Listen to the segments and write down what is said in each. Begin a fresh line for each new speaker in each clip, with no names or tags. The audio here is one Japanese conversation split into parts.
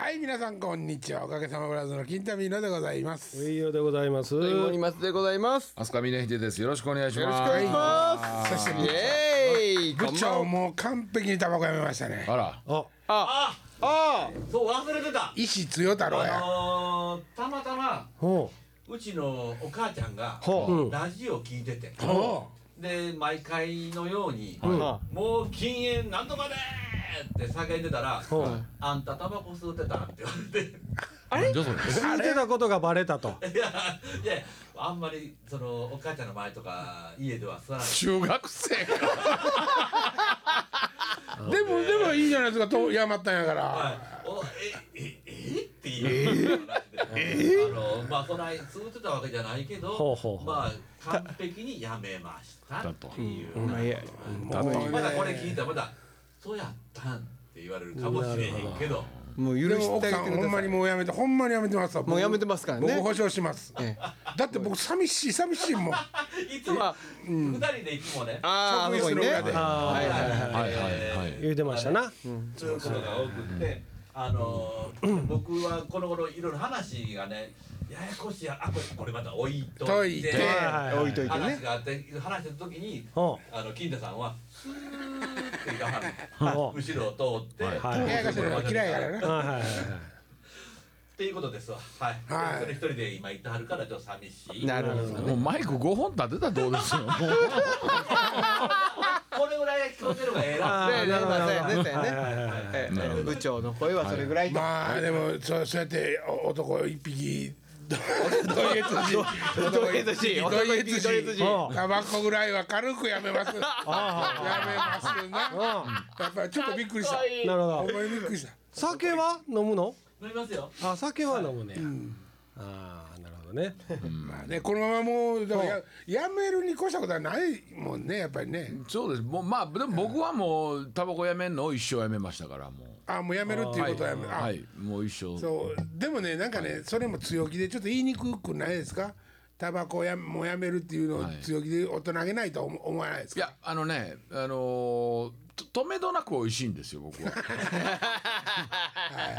はい皆さんこんにちはおかげさまブラザーズの金田美濃でございます
ウイヨでございます。
はい、森松でございます。
飛鳥峰秀です。よろしくお願いします。
よろしくお願いします
そして
イエーイ。
部長もう完璧にタバコやめましたね
あら、
あ、
あ、あ、
そう忘れてた
意志強太郎
あ
や
のー、たまたま
ほ
うちのお母ちゃんが
う、うん、
ラジオ聞いてて
お
で毎回のように
うん
「もう禁煙なんとかで!」って叫んでたら
ほう。
「あんたタバコ吸ってた?」って言われて
なんじゃそれ。
聞いてたことがバレたと。
いやいやあんまりそのお母ちゃんの前とか家では吸わない
中学生か。
でもでもいいじゃないですかと山ったんやから、
はい、おえええっていう話で、えあのまあそんな続いてたわけじゃないけど
ほうほうほう
まあ完璧にやめましたっていう、
まあいや
もう
まだこれ聞いたらまだ「そうやったん」って言われるかもしれへんけど
もう許
で
し
も
て
奥さ
あ
ん
げて
ほ
く
ん
だ
ま
さ
に
い。
もうやめてほんまにやめてますわ
もうやめて
ま
ますから
僕
ね。
保証します
ええ
だって僕寂しい寂しいもん
いつも
あ
二人でいつもね、
あー、あそこに
職員室の
ね。
裏で
あ
はいはいは
はい
い
はいは
ー
い。
言うてましたな。
そういうことが多くって、あの 僕はこの頃いろいろ話がねややこしいやあこれこれまた置いと
と
い
い
て
て
はい
置いといてね
話。があって話してた時に
ほ
あの金田さんはスーッて言いなが
う。
ら
ほう。
後ろを通って、
はい
はい。
ややこしいのが嫌いやからな
はいはいはい。
っていうことですわはい、
はい
それ一人で今行ってはるからちょっと寂しい
なるほど
も
ね。
うマイク五本立てたらどうですよ。もう
これぐらい聞こえてるのがええわ
あー
ね
なるほど
ねねね
はいはいはいはい
ええ部長の声はそれぐらいと。
まあでもそうそうやってお男一匹
どういう年？どういう年？
どういう
どういう
年
年？
ほう。
タバコぐらいは軽くやめますやめますな
う
やっぱりちょっとびっくりした
ん。なるほ
ほ
ど
ん。まにびっくりした
酒は飲むの？
飲みますよ
あ、酒は飲むねや。ああ、なるほどね。
まあねこのままもうでもややめるに越したことはないもんねやっぱりね
そうです。もうまあでも僕はもうタバコやめんのを一生やめましたからも。
あもうやめるっていううことはやめあ
はい。もう一生。
そうでもねなんかねそれも強気でちょっと言いにくくないですかタバコをやもうやめるっていうのを
はい
強気で大人げないとは思思わないです
い
か
やあのねあのーと止めどなく美味しいんですよ僕は。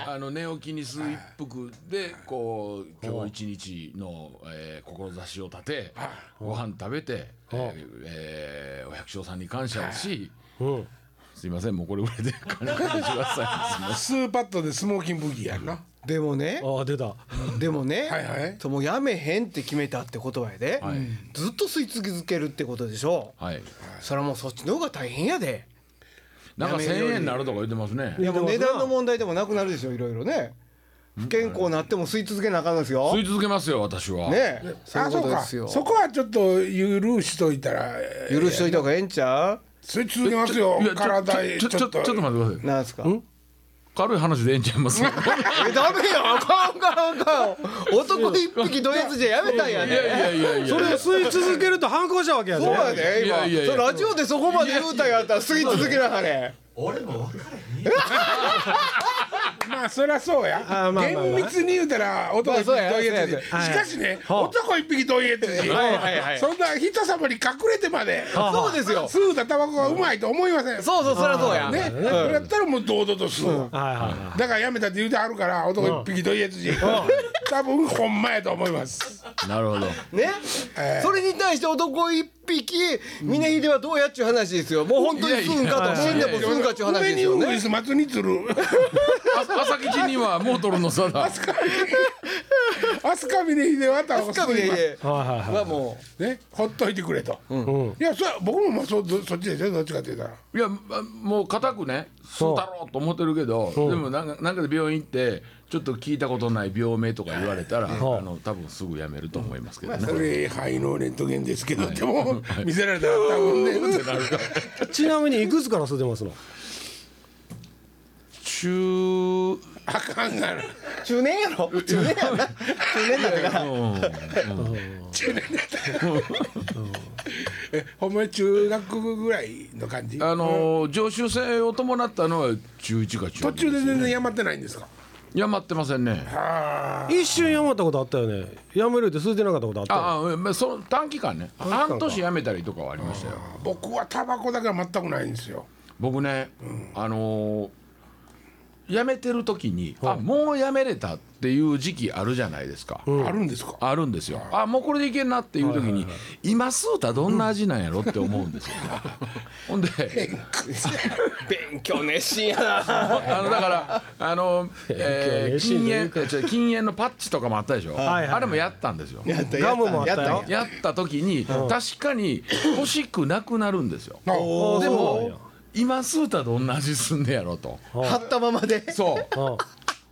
あの寝起きに吸う一服でこう今日一日の、えー、志を立てご飯食べて、えーえーお百姓さんに感謝をし
うん。
すいませんもうこれぐらいで 金返してくださいもう
スーパッドでスモーキングブギーやんな
でもね、
ああ、出た。
でもね。
はいはい
ともうやめへんって決めたってことやで、
はい
ずっと吸い続けるってことでしょ
はい
それはもうそっちの方が大変やで
なんか1,000円になるとか言ってますね
いやもう値段の
も
問題でもなくなるでしょいろいろね不健康になっても吸い続けなあかんのですよ
吸
ね
い続けますよ私は、
えそうい
あ
う
そ
こと
う
で
か
すよ
そこはちょっと許しといたらえー
許しといた方がええんちゃ
それ続けますよ
いや
体へ
ちょちょちょちょちょっと待っ
う
てください
なんすか
軽い話でええんちゃいますい
えダメよあかんあかんあかん男一匹ドイツじゃやめたんや
やい
で
やいやいや
それを吸い続けると反抗したわけや
そうや
ね。
で
いやいや
今
い
そ
や
れラジオでそこまで言うたんやったら吸い続けなはれ
俺も分からへん
まあそりゃそうや
あーまあまあまあ
厳密に言うたら男一匹
まあそうや
トイレ
そう
し
やはい
かしね
はい
男一匹トイレって
はいはいはい
そんな人様に隠れてまで
そうですよ
吸うたタバコがうまいと思いません
そうそうそりゃそうや
ね、それやったらもう堂々と吸うわ
はいはいは
だからやめたって言うてあるから男一匹と言えずに多分ほんまやと思います
なるほど
ね、
えー
それに対して男一匹峰秀はどうやっちゅう話ですよもう本当に吸うんかと
いや
死
い
んで
や
も吸うんかっちゅう話
上
です
に
よ
ウ
ね
グイス松につる
あ朝吉にはモートルの差だ
飛鳥峰秀はタバコ吸
深峰
う
秀
い。はいはいはい。
はも
ねほっといてくれと、
うん。
いやそれは僕もまあそそそっちですよどっちかって言ったら
いやまもう固くねそうだろうと思ってるけどでもなんかなんかで病院行ってちょっと聞いたことない病名とか言われたらあの多分すぐやめると思いますけどね
それ肺のレントゲンですけど、でも見せられたら多分ね
ちなみにいくつから吸ってますの？
中
あかん がな
う中年やろ中年やな中年だったから
えほんまに中学ぐらいの感じ
あのー常習性を伴ったのは中1か中
途
2
中で全然やまってないんですか
いや待ってませんね
あ
一瞬やまったことあったよね。やめるって吸ってなかったことあったよね。
ああまあその短期間ね
間か
半年やめたりとかはありましたよ
あ僕はタバコだけは全くないんですよ
僕ねあのー辞めてる時に、あもう辞めれたっていう時期あるじゃないですか、
あるんですか
あるんですよあもうこれでいけんなっていう時に、今吸うたらどんな味なんやろって思う んですよ、ほんで
勉強熱心やな
あのだからあの、えー
嬉しい
禁
という
煙違う禁煙のパッチとかもあったでしょ、
はいはい
あれもやったんですよ
やった
ガムもあった
や
よ
っ
やった時に確かに欲しくなくなるんですよ
あ
で
そうなんや
も今吸うたらどんな味すんねやろと
た貼ったままで
そう
うん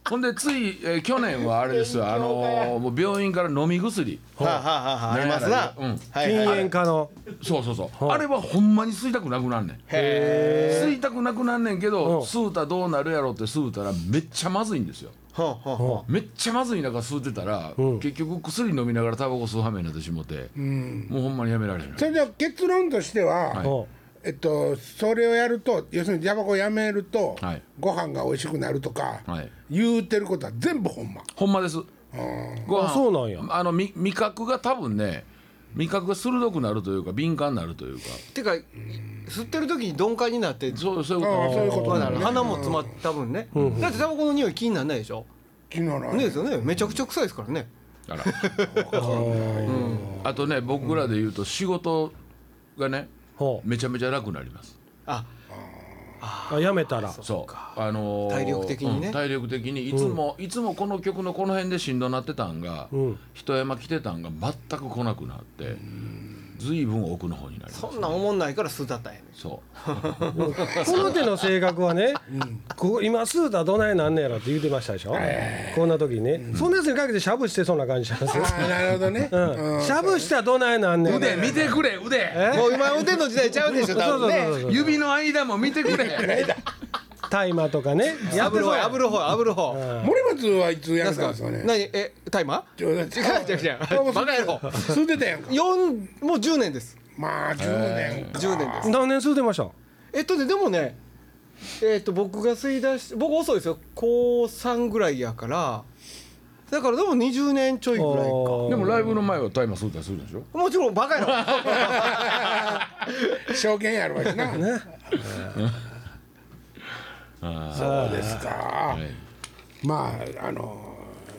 ほんでつい、えー去年はあれですよあのーもう病院から飲み薬
はあ、はあはあ、ありますな、
うん
はい
禁
はい
煙家の
そうそうそうあれはほんまに吸いたくなくなんねん
へ
吸いたくなくなんねんけど
うん
吸うたらどうなるやろって吸うたらめっちゃまずいんですよ
ーほんほんほ
めっちゃまずい中吸ってたら、
うん
結局薬飲みながらタバコ吸うはめになってしもて、もうほんまにやめられない
それでは結論としては、
はい
うん
えっと、それをやると要するにタバコをやめると、
はい
ご飯が美味しくなるとか、
はい
言うてることは全部ほんま
ほんまですご飯
あそうなんや
あのみ味覚が多分ね味覚が鋭くなるというか敏感になるというか
うてか吸ってる時に鈍感になって
そうそういうこ
ああそういうことと
まあ
な
な
の
る
ね
鼻も詰まって多分ね、だってタバコの匂い気にならないでしょ、
気にならな
ねえ
い
ですよねめちゃくちゃ臭いですからね
あらうんあとね僕らで言うと仕事がね
ほう
めちゃめちゃ楽になります
あ
あやめたら
そうあのー
体力的にね
うん体力的にいつも、いつもこの曲のこの辺でしんどなってたんが、
ん
一山来てたんが全く来なくなってずいぶん奥の方になります
そんなん思んないから吸ったったんやね
そう
この手の性格はね、ここ今吸うたらどないなんねやろって言ってましたでしょ、こんな時にね、そんなやつにかけてしゃぶしてそうな感じなんですよ、
ああなるほどね、
うん、しゃぶしたらどないなんねん
腕 見てくれ腕
もう今腕の時代ちゃうでしょ
そ
多
うそ
分
う
ね
そうそう
指の間も見てくれ
大麻とかねや
炙
って
る
そ
方
うや
炙る方炙る方
森松はいつやめ
何す
たん
か
ですかね
何えタイマー
ちょちょ
違う違う違う
タバコ吸って
バカ野 郎
吸ってたやんか
四もう10年です
まあ10年か
10年です
何年吸うてました
えっとねでもねえっと僕が吸い出し僕遅いですよ高3ぐらいやからだからでも20年ちょいぐらいか
でも
も
ライブの前は大麻吸うたりするでしょ
もちろんバ カやろ
証券やるわけなそうですか、
い
まああの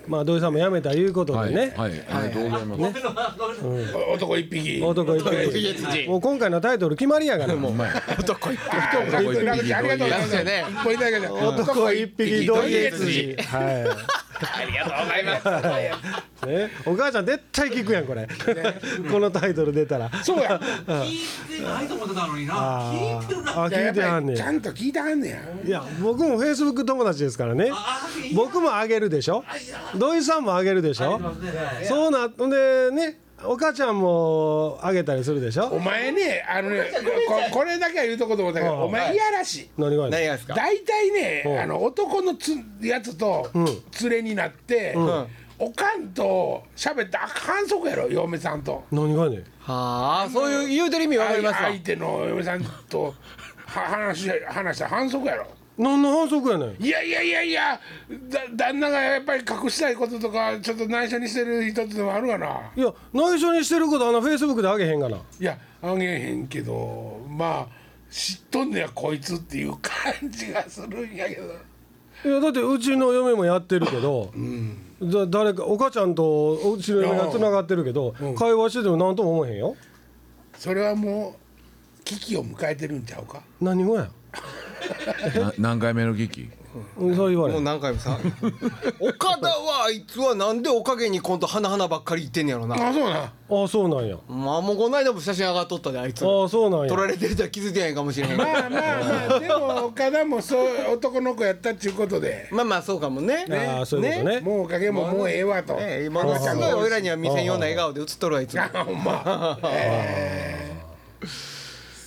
まあ土井さんもやめたいうこと
はい、
でね、
はい、ありがとうございます、
ごめんなさいごめんなさい
男一匹
男一匹もう今回のタイトル決まりやから
うまい
男い
あー
男一匹
ラグジュありがとうございま
ラグジュ
す
ね
一本いただけで
男一匹土井月次は
ありがとうございます
い、ね、お母ちゃん絶対聞くやんこれ このタイトル出たら
そうや
聞いてないと思ってたのにな
あ
聞いてるな
ーあ
いや
聞いてはんね
やっぱりちゃ
や
んと聞いてはんねや
いや僕もフェイスブック友達ですからね
あーいい
僕もあげるでしょ土井さんもあげるでし
あ
ょ
りますねはい
そうなほんでねお母ちゃんもあげたりするでし
お
ょ
前ねあのねここれだけは言うとこと思ったけ
うん
どお前いやらしい
何がや
何
ねん
がですか
大体ね
ん
あの男のつやつと連れになって
ん
おかんと喋ってあ反則やろ嫁さんと
何がやねん
はあそういう言うてる意味わかりますわ
相手の嫁さんとは話し話したら反則やろ
何の反則やねん
いやいやいやいやだ旦那がやっぱり隠したいこととかちょっと内緒にしてる人ってのもあるがない
や内緒にしてることあのフェイスブックであげへんがない
やあげへんけどまあ知っとんねやこいつっていう感じがするんやけど
いやだってうちの嫁もやってるけど、だ誰かお母ちゃんとうちの嫁がつながってるけど、会話してても何とも思えへんよ
それはもう危機を迎えてるんちゃうか
何がや
な何回目の劇
うんそう言われへ
もうん何回もさ岡田はあいつはなんでおかげに今度花々ばっかり言ってんねやろな
あそうなん
ああそうなんや
まあもうこの間も写真上がっとったであいつ
ああそうなんや
撮られてるじゃ気づいてないかもしれへん
まあまあまあでも岡田もそう男の子やったっちゅうことで
まあまあそうかもね
ああそういうことね
もうおかげももうええわと、
ね今のすごい俺らには見せんような笑顔で写っとるわいつも
あ ほんま、えー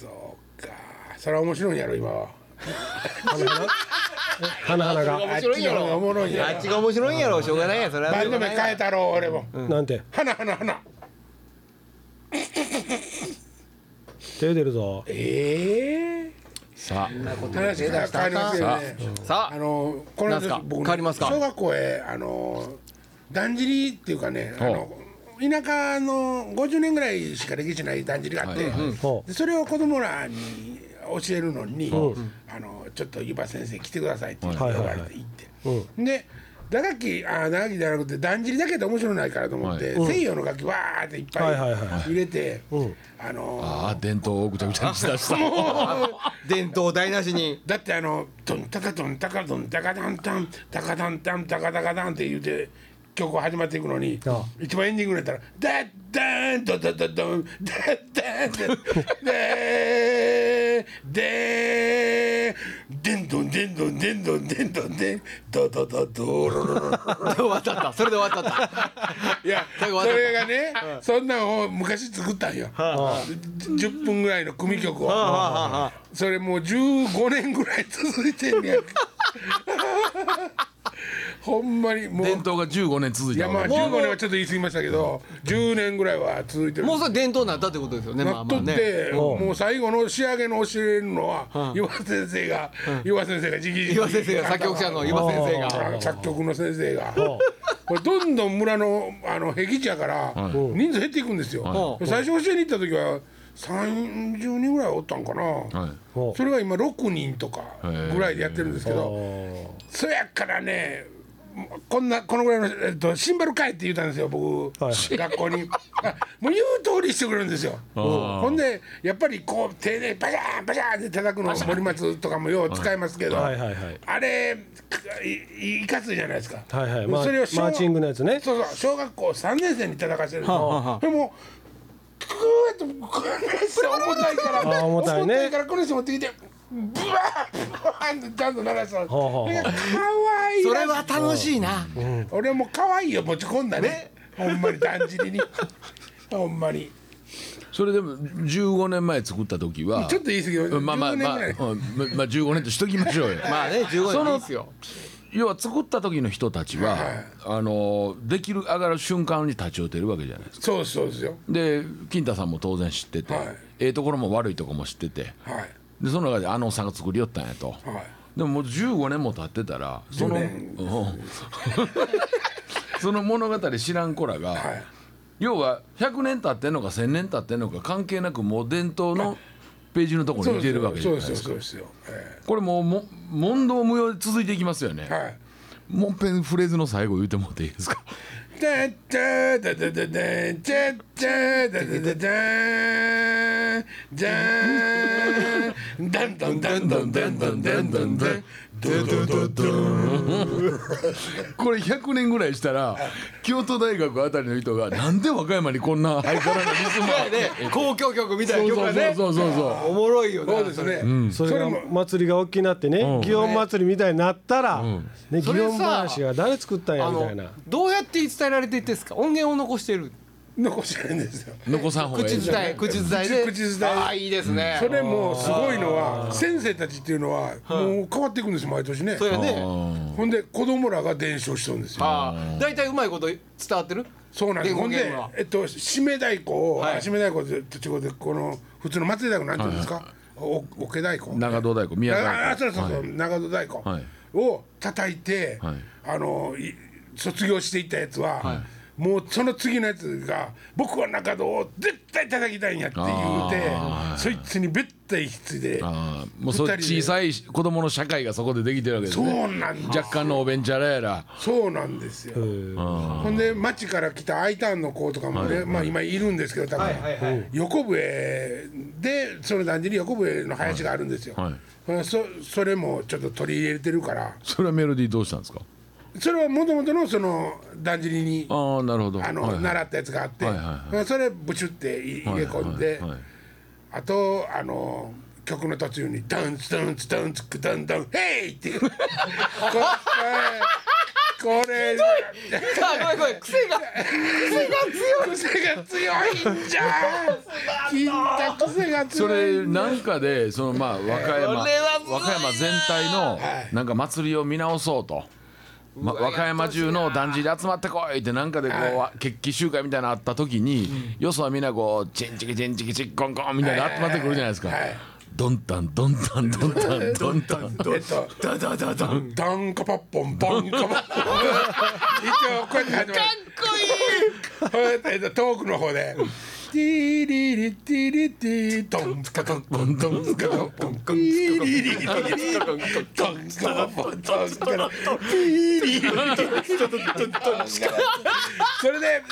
そうかそれは面白いんやろ今は
花々が、
あっちの方がおもろいんや
あっ
ろ
ちが面白いんやろしょうがないやそれは
バンド名変えたろ俺も
なんて
花花花
手出るぞ
ええ
さあ
話が変わりますよね
さ
あ
あ
のこの
なんすか
年僕
変わりますか
小学校へあのだんじりっていうかねあの田舎の50年ぐらいしか歴史ないだんじりがあって、
はいはい
ほ
でそれを子供らに教えるのに、あのちょっと湯葉先生来てくださいって言って呼
はい
ば
はい
れ
は
て行って、
う
で打楽器あー打楽器じゃなくてだんじりだけで面白ないからと思って、西洋の楽器わーっていっぱい
はいはいは
入れて、あのー
ああ伝統をぐちゃぐちゃにしだした
伝統台無しに
だってあの「トンタカトンタカトンタカタンタンタカタンタンタカタカタン」って言うて曲が始まっていくのに
あ
一番エンディングになったら「ダッダーンドドドドンダッダーン」って「でーでーでんどんでんどんでんどんでんどんでんドドドドロロロロ」
終わっちゃったそれで終わっちゃった
いやそ
最後終わっ
れがねそんなんを昔作ったんよ10分ぐらいの組曲を
あああああ
それもう15年ぐらい続いてんねや ほんまにもう
伝統が15年続い
い
た
やまあ
わけ
15年はちょっと言い過ぎましたけど10年ぐらいは続いてる
もうそれ伝統になったってことですよねま
な
あ
っ
ま
と
あ
っ
ね
てもう最後の仕上げの教えるのは岩先生が岩先生が直々に
岩先生が作曲者の岩先生が
あ作曲の先生がこれどんどん村のあの僻地やから人数減っていくんですよ
はい
最初教えに行った時は30人ぐらいおったんか
は
ない
ほう
それが今6人とかぐらいでやってるんですけどそやからねこんなこのぐらいの、えっと、シンバルかいって言ったんですよ僕、
はい
学校に あもう言う通りしてくれるんですよ
ー
ほんでやっぱりこう手でバシャーンバシャーンって叩くの森松とかもよう使いますけど、
はいはいはい
あれいいいかついじゃないですか、
はいはいまあ
それを小
マーチングのやつね
そうそう小学校3年生に叩かせるんです
はあはあは
よ
あ
でもグーッとこんな人重たいから
あ重たいね
からこの人持ってきてブワーブワーンってちゃんと流したの
あはあ
それが可愛い
そ
らし
れ
い
は楽しいな
俺はもう可愛いよ持ち込んだねほんまにだんじりに ほんまに
それでも15年前作った時は
ちょっと言い過ぎ
うんまあまあ
15年
まあ
ぐらい
うんままあ15年としときましょうよ
まあね15年
その
いいですよ
要は作った時の人たちはあのできる上がる瞬間に立ち寄ってるわけじゃないですか
そうそうですよ
で金太さんも当然知ってて
はい
ええところも悪いとこも知ってて
はいはい
でその中であのおっさんが作りよったんやとでももう15年も経ってたらそのうん その物語知らん子らが、
はい
要は100年経ってんのか1000年経ってんのか関係なくもう伝統のページのところ
そう
に
で
似
す
て
よ
るわけじゃ
そ
な
う
い
で
で
よ
すすか
そうですよ、え
これもうも問答無用で続いていきますよね、
えはい
もんぺんフレーズの最後言うてもらっていいで すか
ダッダーダダダダージャッジャーダダダダージャーンダンダンダンダンダンダンダンダンダンドゥドゥドゥドゥン
これ100年ぐらいしたら京都大学あたりの人がなんで和歌山にこんなハイカラなリズムある
ね交響曲みたいな曲がね
そうそうそうそうそう
おもろいよね
そうですね
そ
それ
れが
も
祭りが大きくなってね祇園祭りみたいになったらね
そ
祇
れさ
園話が誰作ったんや
あ
みた
の
いな
どうやって伝えられていってんですか音源を残してる
残してるんですよ
残さん方がい
口
い
伝え口伝えで
口口伝え
ああいいですね
それもすごいのは先生たちっていうのはもう変わっていくんです毎年ね
そうやね
ね
ほんで子供らが伝承しとるんですよ
ああ大体うまいこと伝わってる
そうなんです。ほ
伝
ん
言
で
ゲームは、
えっと、締め太鼓を、
はい
あ締め太鼓って、ちこで、この、普通の松江太鼓なんていうんですか。お、おけ太鼓。
長戸太鼓宮太鼓
ああ、そうそうそう、長戸太
はい
鼓。を叩いて
はい、
あの、い卒業していったやつは。もうその次のやつが「僕は中戸を絶対叩きたいんや」って言うて
あー
そいつにべったり引き継いで
ああもうそう
二人で
小さい子供の社会がそこでできてるわけです
そう
ね
なんです
若干のおべんちゃらやら
そうなんですよ。ほんで町から来た I ターンの子とかもね、まあ今いるんですけど多分、横笛でその団地に横笛の林があるんですよ。
はい
そそれもちょっと取り入れてるから
それはメロディーどうしたんですか
それはもともとのそのだんじりに
ああなるほど
あの、
はいはい
習ったやつがあって、
はいはい
それブチュって入れ込んで、
はいはいはい
あとあの曲の途中に「ダンツダンツダンツクダンダンヘイ!」っていうこれこれ
さあごめんごめん癖が
癖が強いん じゃん金太癖が
そ
強い
れなんかでそのまあ和歌山
これはすごいな
和歌山全体の
はい
なんか祭りを見直そうと。ま、
うわ
和歌山中のだんじり集まってこいってなんかでこう、
は
決起集会みたいなのあった時に、よそはみんなこうチェンチキチェンチキチッコンコンみたいなの集まってくるじゃないですか、
はい
どんたんどんたんどんたんどんたん
えっと
ダダダダン
ダンカパッポンバンカパッポン一応こうやって始まるかっこいいこうやってえっと遠くの方でティリリティリティドンカドンコンドンカドンコンコンティリリリリドンカドンコンドンカドンティリリリリドンカドンコンそれで、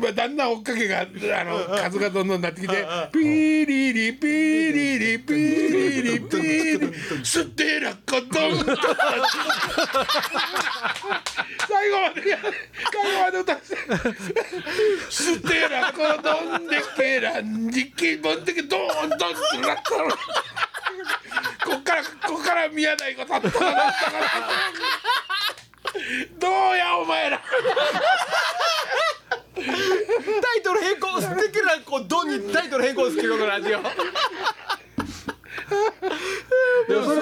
まあ、だんだん追っかけがあの数がどんどんなってきてピーリリピーリリピーリリピーリリステラコドンドン最後までや最後まで歌ってステラコドンデケランジキボンデケドンドンドラッタラこっからこっから宮台が立ったから立ったからどうやお前ら
タイトル変更ステキラこうドンにタイトル変更ですけどこのラジオ
でもそれ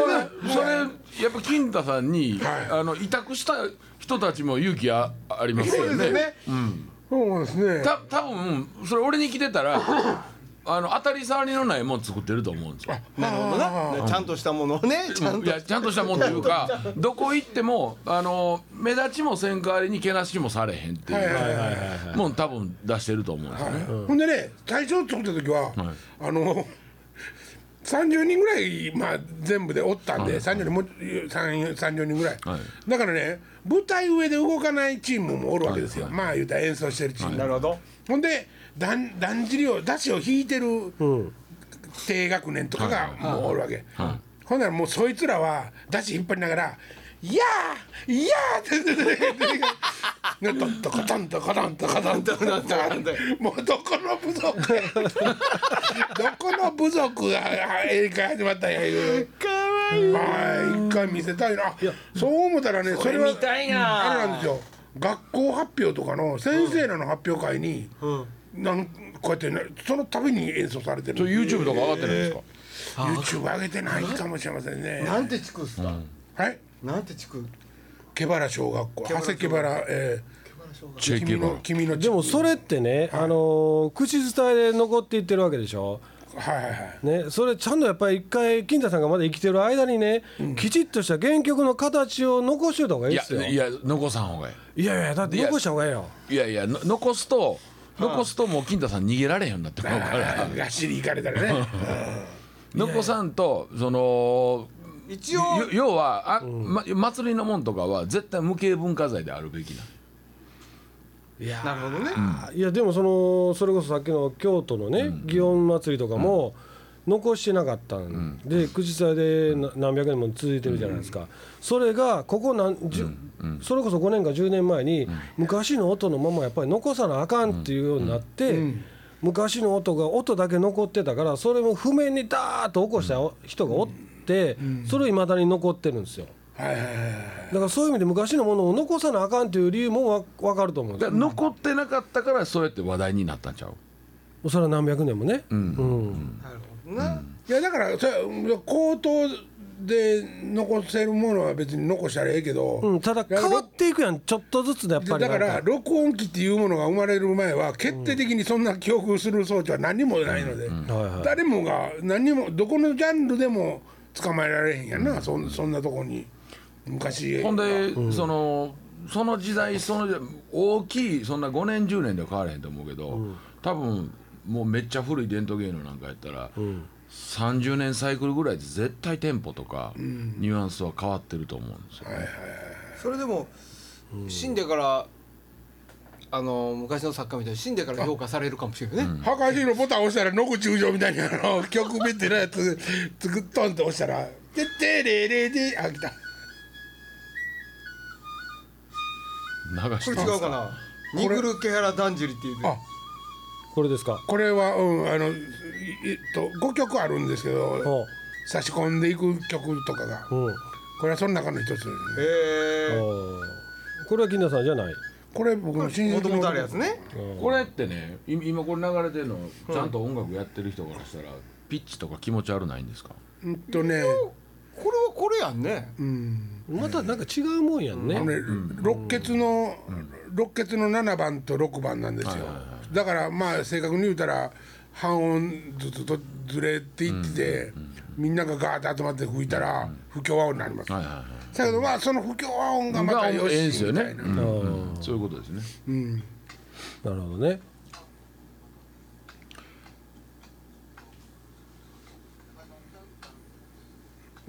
それやっぱ金太さんに、あの委託した人たちも勇気あありますよね。
ね
そうですね
た多分それ俺に来てたらあの当たり障りのないもん作ってると思うんですよ。
なるほどなちゃんとしたものをねちゃん
い
と
やちゃんとしたもんというかどこ行ってもあの目立ちもせん代わりにけなしもされへんっていう、もん多分出してると思うんですよね。
ほんでね最初作った時は、あの30人ぐらい、まあ、全部でおったんで、30人も30 30人ぐらい、
はい
だからね舞台上で動かないチームもおるわけですよ、まあ言うたら演奏してるチーム、
なるほど
ほんでだんだんじりをだしを引いてる低学年とかがもうおるわけ、ほんならもうそいつらはだし引っ張りながら「いやーいやー!」って言ってねトントコトントコトントコトントコトントコもうどこの部族やどこの部族が英会始まったんやいう
かわいい
まあ一回見せたいなそう思ったらねそれは
見たいな
あれなんですよ学校発表とかの先生らの発表会に、なんこうやってねその度に演奏されて
それ
る
YouTube とか上がってないですか、
YouTube 上げてないかもしれませんね
なんて地区っすか
はい
なんて地区
毛原小学校長谷毛原、え
チ
ー、
ェケ
君
バラ
の君の地
でもそれってね、あのー口伝えで残っていってるわけでしょ。
はいはいはい
ね、それちゃんとやっぱり一回金田さんがまだ生きてる間にね、きちっとした原曲の形を残しておいた方がい
い
いで
や
すよ。
いや残さん方がい
いやいやだって残した方がいいよ。
いいやいやの残すと残すともう金太さん逃げられへんようになってくるから
あーがっしり行かれたらね
残さんとその
一応
よ要はあ、ま祭りのもんとかは絶対無形文化財であるべきなの
なるほどね
いやでもそのそれこそさっきの京都のね、祇園祭りとかも残してなかったんで、口伝えでな何百年も続いてるじゃないですか、それがここ何十、それこそ5年か10年前に、昔の音のままやっぱり残さなあかんっていうようになって。昔の音が音だけ残ってたからそれも譜面にダーッと起こした人がおってそれいまだに残ってるんですよ
はいはいはいはい
だからそういう意味で昔のものを残さなあかんという理由もわ分かると思うんです
だから残ってなかったからそうやって話題になったんちゃう
よそれは何百年もねうん
なるほどない
やだからそれ口頭で残せるものは別に残したらええけど、
うん、ただ
いや
変わっていくやんちょっとずつでやっ
で
ぱり
だか
な
ら
ん
録音機っていうものが生まれる前は決定的にそんな記憶する装置は何もないので、
はいはい
誰もが何もどこのジャンルでも捕まえられへんやな、そんそんなとこに昔
ほんで、そのその時代その大きいそんな5年10年では変わらへんと思うけど、多分もうめっちゃ古い伝統芸能なんかやったら、30年サイクルぐらいで絶対テンポとかニュアンスは変わってると思うんですよ、
それでも死んでからあの昔の作家みたいに死んでから評価されるかもしれないね
博士のボタン押したら野口中将みたいにあの 曲見てるやつつくっとんって押したら「てってれれれ」あ来た
流
こ
し
れ
て
違うかなニグルケハラだんじりっていうね
あ
これですか
これはうんあのいえっと5曲あるんですけど
ほ
差し込んでいく曲とかが
う、うん、
これはその中の一つですね
え
おーこれは金田さんじゃない
これ僕の親
えも
戚
と
の
もとあるやつね
これってねい今これ流れてるのちゃんと音楽やってる人からしたら、ピッチとか気持ち悪ないんですか
うんとね
これはこれやんね
うん
またなんか違うもんやんね、
あのね六血の六血の7番と6番なんですよだからまあ正確に言うたら半音ずつとずれていっててみんながガーッと集まって吹いたら不協和音になります
はいはいはい
だけどまあその不協和音がま
が
た
ええん
よ
です
し
よ
み
ね、
たいな
うん
あ
そういうことですね
うん
ーなるほどね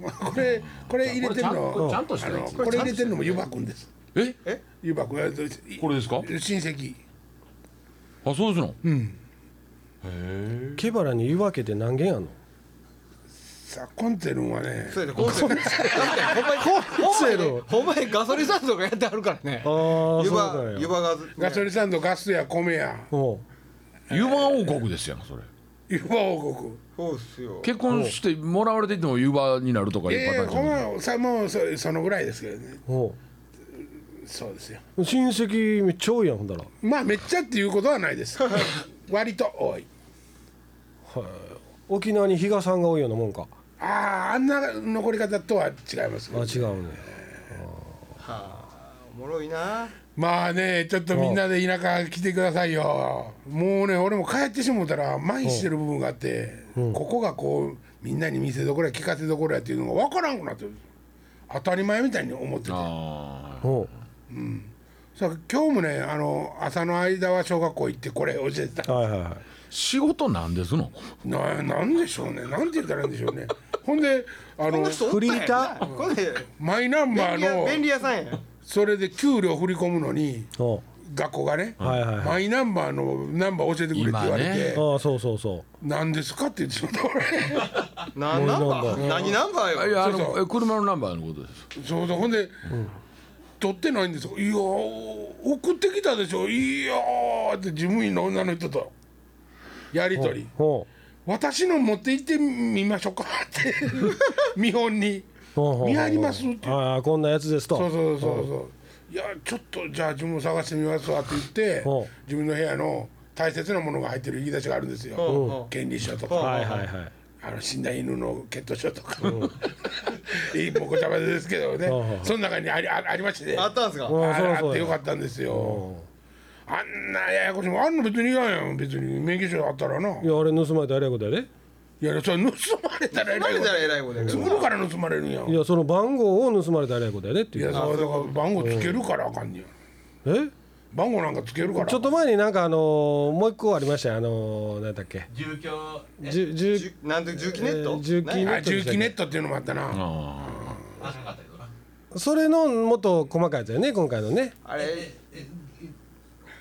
これこれ入れてるの
これちゃんこれちゃんとした
あ
や
の
つ
これ入れてるのも湯葉くんです
え
湯葉くんえっと
これですか
親戚
あそうですの
ケバラに湯分けて何軒あんの
さあコンテルンはね
そうやねコンセルほんまにほんまにガソリンスタンドがやってあるからね
ああ
湯
そうな
葉
ん
湯
や
葉が
ガソリンスタンドガスや米や
おう
湯葉王国ですやんそれ
湯葉王国
そうっすよ
結婚してもらわれていても湯葉になるとかいうパタ
ええ
ーンじゃ
こ
ない
のさもうそそのぐらいですけどね
お
そうですよ
う親戚めっちゃ多いやんほんだら
まあめっちゃっていうことはないです割と多い
沖縄に比嘉さんが多いようなもんか
あああんな残り方とは違いますけ
あ
ど
違うね
おもろいな
まあねちょっとみんなで田舎来てくださいよもうね俺も帰ってしもたら麻痺してる部分があって、ここがこうみんなに見せどころや聞かせどころやっていうのが分からんくなってる当たり前みたいに思ってて
あ
おう
さあ今日もねあの朝の間は小学校行ってこれ教えてた
はいはいはい
ー仕事なんですの
ななんでしょうねなんて言ったらいいんでしょうねほんであの
フリータ
ーこれで
マイナンバ
便利屋
ー
便利
の
屋さんや
それで給料振り込むのに
おう
学校がね、
はいはいはい
マイナンバーのナンバー教えてくれって言われ
今
て
ね
ああそうそうそう
「何ですか?」って言ってしまった俺。
何ナンバー何ナンバ
あ
ー
い
よ
やあ
そう
のえ車のナンバーのことです
そうそうほんで、取ってないんですよ「いやー送ってきたでしょいやー」って事務員の女の人とやり取り
おう
「私の持って行ってみましょうか」 って見本に
おうおう
「見張ります」って言う
ああこんなやつですと
そうそうそうそう「いやちょっとじゃあ自分も探してみますわ」って言って
ほう
自分の部屋の大切なものが入ってる引き出しがあるんです
ほう
よ
ほう
権利書と
ほう
か
はいはいはい
あの死んだ犬の血糖症とかいいもこちゃまですけどね
うんうん
その中にありあありましてね
あったんすか
うん
あ
そうそう
あってよかったんですよ。あんなややこしいもんあんの別にいらんやん別に免許証あったらない
やあれ盗まれたあれやことやで
やいやそれ盗まれたらえ
慣
らい
れ
こ
たら偉いもんだけ
と
どな
作るから盗まれるんやん
い
い
やその番号を盗まれたあれやことやでってい
や
う
そうだから番号つけるからあかんねや
え
番号なんかつけるから
ちょっと前になんかあのーもう一個ありましたよあのー何だっけ
住居え
じゅじゅ
じゅなんで重機ネッ
え
ト
ー重機ネット
あ重機ネットっていうのもあったな
あ
なかったけどな
それのもっと細かいやつだよね今回のね
あ
え
れ
えええ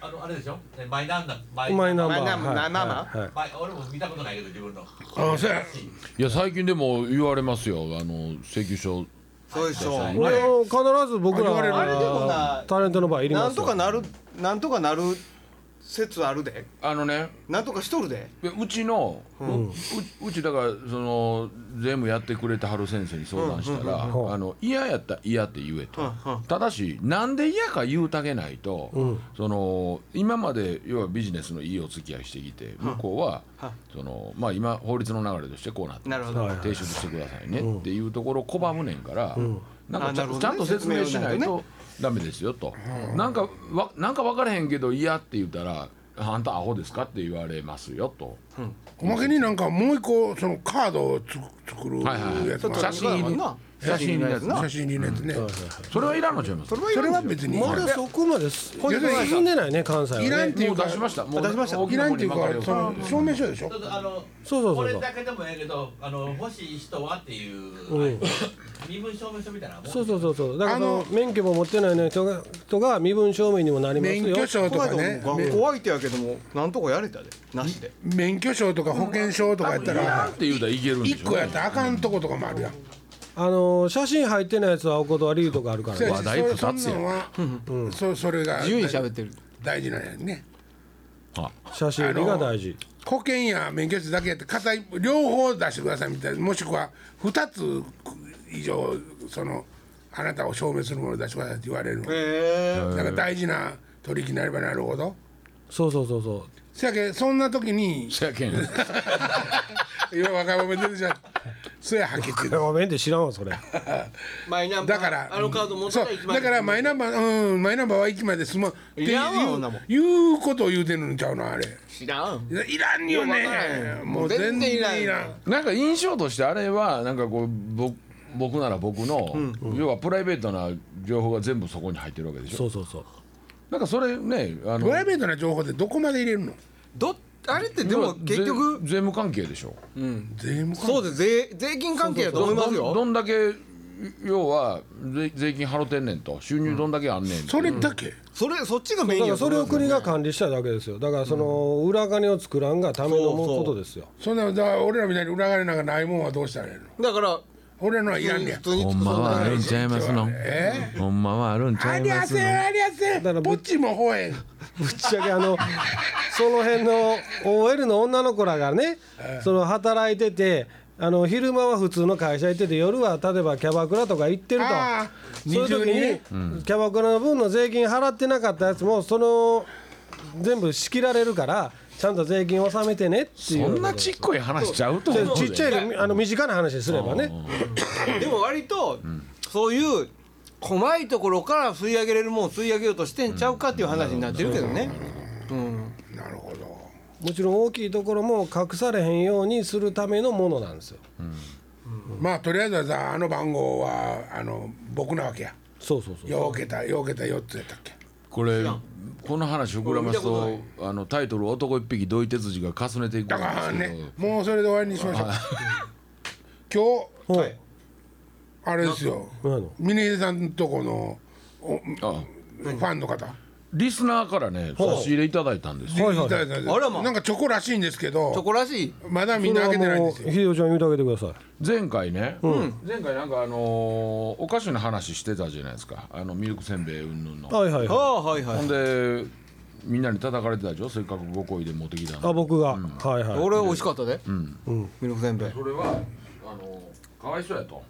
あのあれでしょねマイナンバーマ
マイナン
ー
バー
マイナンバー
はい
ナンバ
は
ー
いはい
マイ俺も見たことないけど自分の
あそうや
いや最近でも言われますよあの請求書
そうでしょ
これを必ず僕ら
あ言われるあれ
でもな
タレントの場合いりますよ
なんとかなるなんとかなる説あるで
あのね
なんとかしとるで
うちの、うううちだからその全部やってくれてはる先生に相談したら
うんうん
あの嫌やったら嫌って言えと、
うんうん
ただしなんで嫌か言うたげないと、その今まで要はビジネスのいいお付き合いしてきて向こうは、
は
そのまあ、今法律の流れとしてこうなってま
な
す
るほど
はい
提出してくださいねっていうところを拒むねんから、なんかちゃ,、
あなるほどね
ちゃんと説明しない
説明を
とダメですよと、なんかわなんか分からへんけど嫌って言ったら「あんたアホですか?」って言われますよと、
おまけになんかもう一個そのカードをつ作る
はいはい
やつ
そう
もあ
写
る
真入り
な
写真入りのやつな
写真入りのやつね
それはいらんのちゃいます
それはい
そ
ら
れ
ん
は
でし
別に
まだそこまです進んでないね関西はね
いらんってい
も
う
う
か
出しましたもう
出しました
大
い
き
ら
なん
っ
方
て
に
いう
任れ
か
よう
その証明書でしょ
ちょっとあの
そうそうそうそう
これだけでもええけどあの欲しい人はっていう、
うん
身分証明書みたいなもん
そうそうそうそうだから
あの
その免許も持ってない人が人が身分証明にもなりますよ
免許証とかね
お相手やけどもなんとかやれたでなしで
免許証とか保険証とかやった
いらん
ら
って言うたらいけるんで
一
しょ
個やったらあかんとことかもあるやん
あの写真入ってないやつはお断りとかあるから
そ
ね
や
話
し
題
そ
二つ
そんなんはそそれが
ってる
大事なんやね
あ
写真入りが大事
保険や免許証だけやって片一両方出してくださいみたいなもしくは2つ以上そのあなたを証明するものを出してくださいって言われるの
へ
だから大事な取引になればなるほど
そうそうそうそう
せやけそんな時 に
せやけん
今若者出てきちゃうそやはっきり 言って
ごめんって知らんわそれあ
マイナンバ
だ
ー
から
あのカード持ってたら
そ
一
う
番
だからマイナンバーうんマイナンバーは駅まですまんって
い
いう
らんわそんなもん
いうことを言うてるんちゃうのあれ
知らん
いやいらんよ
いやわからん
ね
よ
もう全然いらん
全然いらん
なんか印象としてあれはなんかこうぼ僕なら僕の、要はプライベートな情報が全部そこに入ってるわけでしょ
そうそうそう
なんかそれねあ
プライ
の
ベートな情報ってどこまで入れるの
どあれってでも結
ぜ
局、
税務関係でしょ
うん、
税務
そうです税税金関係だと思います
どん
よ
どんだけ要は税税金払ってんねんと収入どんだけあんねんって、
それだけ、
それそっちがメイ
だ
ン
から
やと
それを
思いますよ
国が管理したいだけですよだからその裏金を作らんがためのことですよ
そんなだから俺らみたいに裏金なんかないもんはどうしたらいいの
だから
俺のはいらんねや
普通に
ほんまはあるんちゃいますの
え
ほんまはあるんちゃ
あ
い
りゃ
ます
せ
の
んありゃせ
だから
んポッチもほえん
ぶっちゃけあのその辺の OL の女の子らがねその働いててあの昼間は普通の会社行ってて夜は例えばキャバクラとか行ってると
ああ
そういう時に
二
キャバクラの分の税金払ってなかったやつもその全部仕切られるからちゃんと税金納めてねっていう
そんなちっこい話しちゃうと
で
思う
ちっちゃいのあの身近な話にすればね
でも割とそういう細いところから吸い上げれるもんを吸い上げようとしてんちゃうかっていう話になってるけどねうん
なるほど
もちろん大きいところも隠されへんようにするためのものなんですよ
まあとりあえずはさあの番号はあの僕なわけや
そうそうそう
ようけたようけた4つやったっけ
これこの話膨らます
俺
とあのタイトル「男一匹土井哲司」がかすねていくんで
だ
す
から
けど、
ねもうそれで終わりにしましょう今
ほう
日あれですよ
何やの
峰秀さんとこのお
あ
ファンの方
リスナーからね差し入れいただいたんですよ
はいはい
いただいたんです
あらま
なんかチョコらしいんですけ
そ
ど
こらしい
まだみ
そ
んな開
れは
けてないんで
もう
すよ
秀夫ちゃん見てあげてください
前回ね、前回なんかあのーお菓子の話してたじゃないですかあのミルクせんべいうんぬんの、
はいはい
あ
はい
あはいは
ほん
い
でみんなに叩かれてたでしょせっかくご好意で持ってきた
あ
の
僕が、はいはい
俺は美味しかったでミルクせんべい
それはあのーかわいそうやと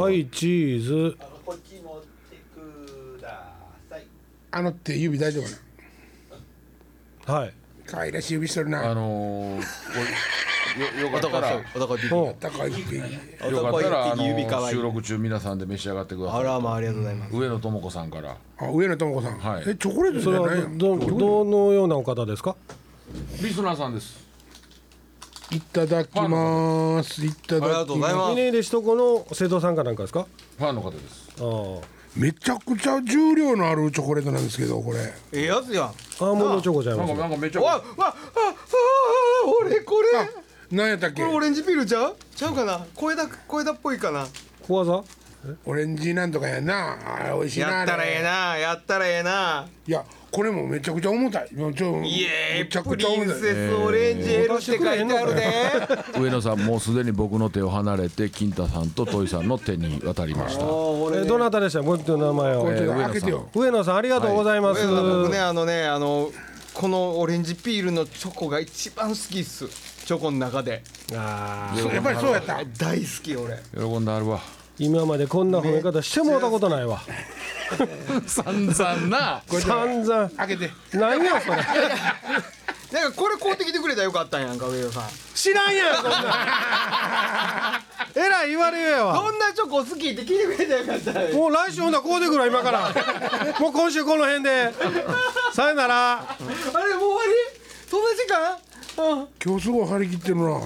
はいチーズ
あのこっち持ってください。
あのって指大丈夫なの
はい
可愛らしい指してる
あ
な
のーこれよよかったらよ
お高い
ほう
高い指
かったらあの
指か
ー
わいい
収録中皆さんで召し上がってくださ
あ
い
らまあありがとうございます
上野智子さんから
あ上野智子さん、
はい
えチョコレートじ
それ
ゃ
は
ないの
どどのようなお方ですか
リスナーさんです
いただきますいた
ありが
だ
と
き
うござい
ま
ます
峰秀しとこの瀬戸さんかなんかですか
ファンの方です
あー
すめちゃくちゃ重量のあるチョコレートなんですけどこれ
ええやつやん
アーモンドチョコちゃい
な
ます
んかなんかめっちゃ
わわあああ俺これ
あ何やったっけ
これオレンジピールちゃうちゃうかな小枝小枝っぽいかな
小技
オレンジなんとかやなあー美味しいな
やったらええ
あ
なやったらええな
れいやこれもめちゃくちゃ重たいもうちょ
イ
め
エ
ち
ー
ゃ
イプ
くちゃ
リ
重
ン
たい
セスオレンジエルって書いてあるで
上野さんもうすでに僕の手を離れて金太さんとトイさんの手に渡りました
えどなたでしたもう一度名前
こ
を
れちょっと開けて
えー上野
よ
上野さんありがとうございます、
僕ねあのねあのこのオレンジピールのチョコが一番好きっすチョコの中で
あー
そうやっぱりそうやった
大好き俺
喜んであるわ
今までこんな褒め方してもうたことないわ
散々な
散々
開けて
何やそれ
なんかこれ買うてきてくれたらよかったんやんか上田さん
知らんやんそんなんえらい言われようやわ
どんなチョコ好きって聞いてくれたらよかったんや
もう来週ほんならこうでくら今からもう今週この辺でさよなら
あれもう終わりそんな時間うん
今日すごい張り切ってるな